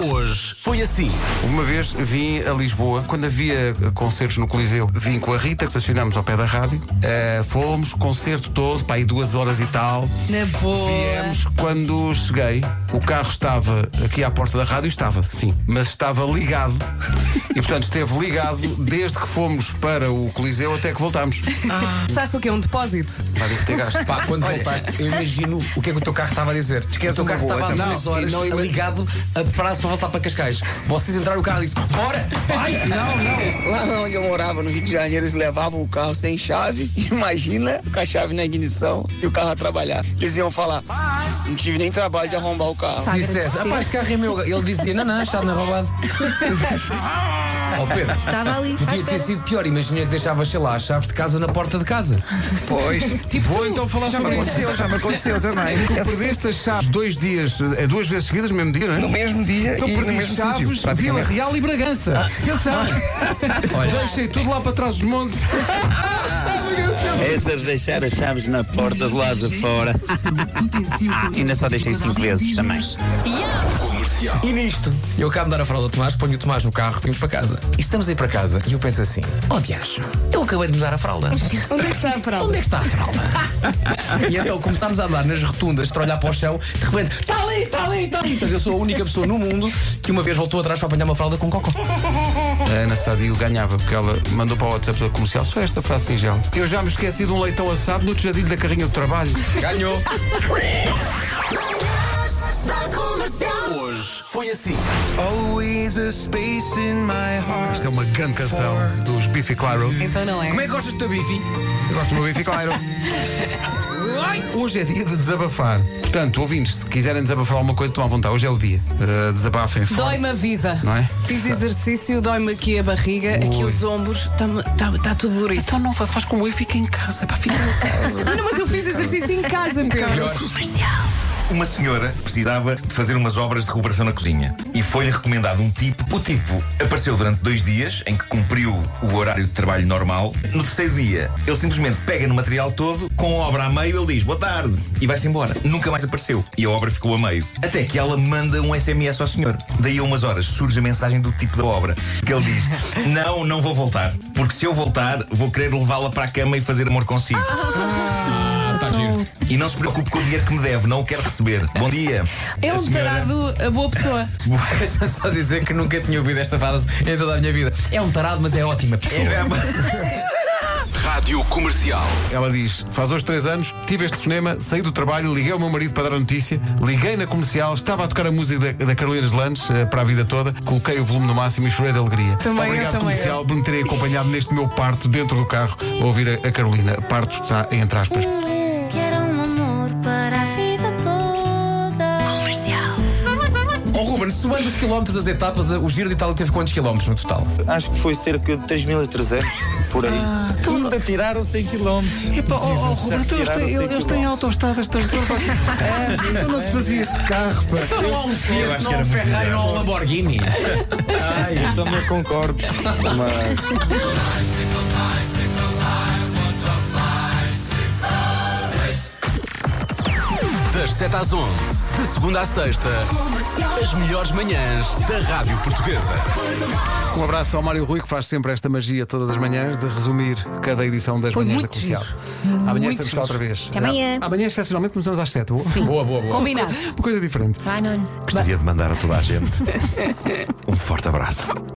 Hoje foi assim. Uma vez vim a Lisboa, quando havia concertos no Coliseu, vim com a Rita, estacionámos ao pé da rádio, eh, fomos, concerto todo, para aí duas horas e tal. Na boa. Viemos, quando cheguei, o carro estava aqui à porta da rádio, estava, sim, mas estava ligado. E portanto esteve ligado desde que fomos para o Coliseu até que voltámos. Prestaste o quê? Um depósito? Para isso ter gasto. Pá, quando voltaste, eu imagino o que é que o teu carro estava a dizer. Esquece o teu uma carro boa, estava há então. duas Não, horas não, eu- ligado a prazo para voltar para Cascais. Vocês entraram no carro e disse: Bora! Tá Vai! Não, não! Lá onde eu morava, no Rio de Janeiro, eles levavam o carro sem chave. Imagina com a chave na ignição e o carro a trabalhar. Eles iam falar, não tive nem trabalho de arrombar o carro. Dissesse: Ah, pá, esse carro é meu. Ele dizia: Não, não, está não é roubado. Ó Pedro, Estava ali. à podia ter espera. sido pior. Imagina que deixavas, sei lá, as chaves de casa na porta de casa. Pois. Vou então falar sobre isso. É já me aconteceu também. Perdeste estas chaves dois dias, eh, duas vezes seguidas, no mesmo dia, não é? No mesmo Um dia Eu e no perdi mesmo Chaves, sítio. Vila praticamente. Real e Bragança. Atenção! Ah. Deixei tudo lá para trás dos montes. Essas deixar as chaves na porta do lado de fora. Ainda só deixei cinco vezes também. E nisto, eu acabo de dar a fralda ao Tomás, ponho o Tomás no carro, vimos para casa. E estamos a ir para casa e eu penso assim: Oh, diacho, eu acabei de mudar a fralda. Onde é que está a Onde fralda? é que está a fralda? e então começámos a andar nas rotundas, a olhar para o chão, de repente, está ali, está ali, está ali. Então, eu sou a única pessoa no mundo que uma vez voltou atrás para apanhar uma fralda com cocó. Então A Ana Sadio ganhava porque ela mandou para o WhatsApp da comercial só esta frase singela. Eu já me esqueci de um leitão assado no tejadilho da carrinha do trabalho. Ganhou! Hoje foi assim. Always a space in my heart. Isto é uma grande canção dos Biffy Clyro. Então não é. Como é que gostas do teu bife? Eu gosto do meu Biffy Clyro. Hoje é dia de desabafar. Portanto, ouvintes, se quiserem desabafar alguma coisa, estão à vontade. Hoje é o dia. Eh, desabafem fora. Dói-me a vida. Não é? Fiz exercício, dói-me aqui a barriga, aqui os ombros, está-me- está está tudo durito. Então não fa- faz como eu e fica em casa. Pá, fica em casa. Não, Então, mas eu fiz exercício em casa, Pedro. Uma senhora precisava de fazer umas obras de recuperação na cozinha e foi-lhe recomendado um tipo. O tipo apareceu durante dois dias em que cumpriu o horário de trabalho normal. No terceiro dia, ele simplesmente pega no material todo, com a obra a meio, ele diz boa tarde e vai-se embora. Nunca mais apareceu e a obra ficou a meio. Até que ela manda um SMS ao senhor. Daí a umas horas surge a mensagem do tipo da obra que ele diz: Não, não vou voltar, porque se eu voltar, vou querer levá-la para a cama e fazer amor consigo. tá E não se preocupe com o dinheiro que me deve, não o quero receber. Bom dia. É A um senhora- tarado, a boa pessoa. Deixa-me só dizer que nunca tinha ouvido esta frase em toda a minha vida. É um tarado, mas é ótima pessoa. Rádio Comercial. Ela diz: Faz hoje três anos, tive este cinema, saí do trabalho, liguei ao meu marido para dar a notícia, liguei na comercial, estava a tocar a música da, da Carolina Landes eh, para a vida toda, coloquei o volume no máximo e chorei de alegria. Também eu, Obrigado, também comercial, por me terem acompanhado neste meu parto dentro do carro a ouvir a, a Carolina. Parto, está entre aspas. Quero um amor para a vida toda. Comercial. Ó Oh, Ruben, somando os quilómetros das etapas, o Giro de Itália teve quantos quilómetros no total? Acho que foi cerca de 3.300 por aí. Ainda tiraram 100 km. Epá, oh, Ruben, então eles têm- eles têm autostradas, estão Então não se fazia este carro, pá. Então não há um Eu Fiat, acho não há que um era muito Ferrari, não há um melhor. Lamborghini. Ai, eu também concordo. Mas Das 7 às 11, de segunda à sexta, as melhores manhãs da Rádio Portuguesa. Um abraço ao Mário Rui, que faz sempre esta magia todas as manhãs de resumir cada edição das Foi manhãs da muito comercial. giro. Amanhã Muito estamos cá giro. outra vez. Até amanhã. Amanhã, excepcionalmente, começamos às 7. Boa, boa, boa. Combinado. Uma coisa diferente. Vai, Nuno. Gostaria de mandar a toda a gente um forte abraço.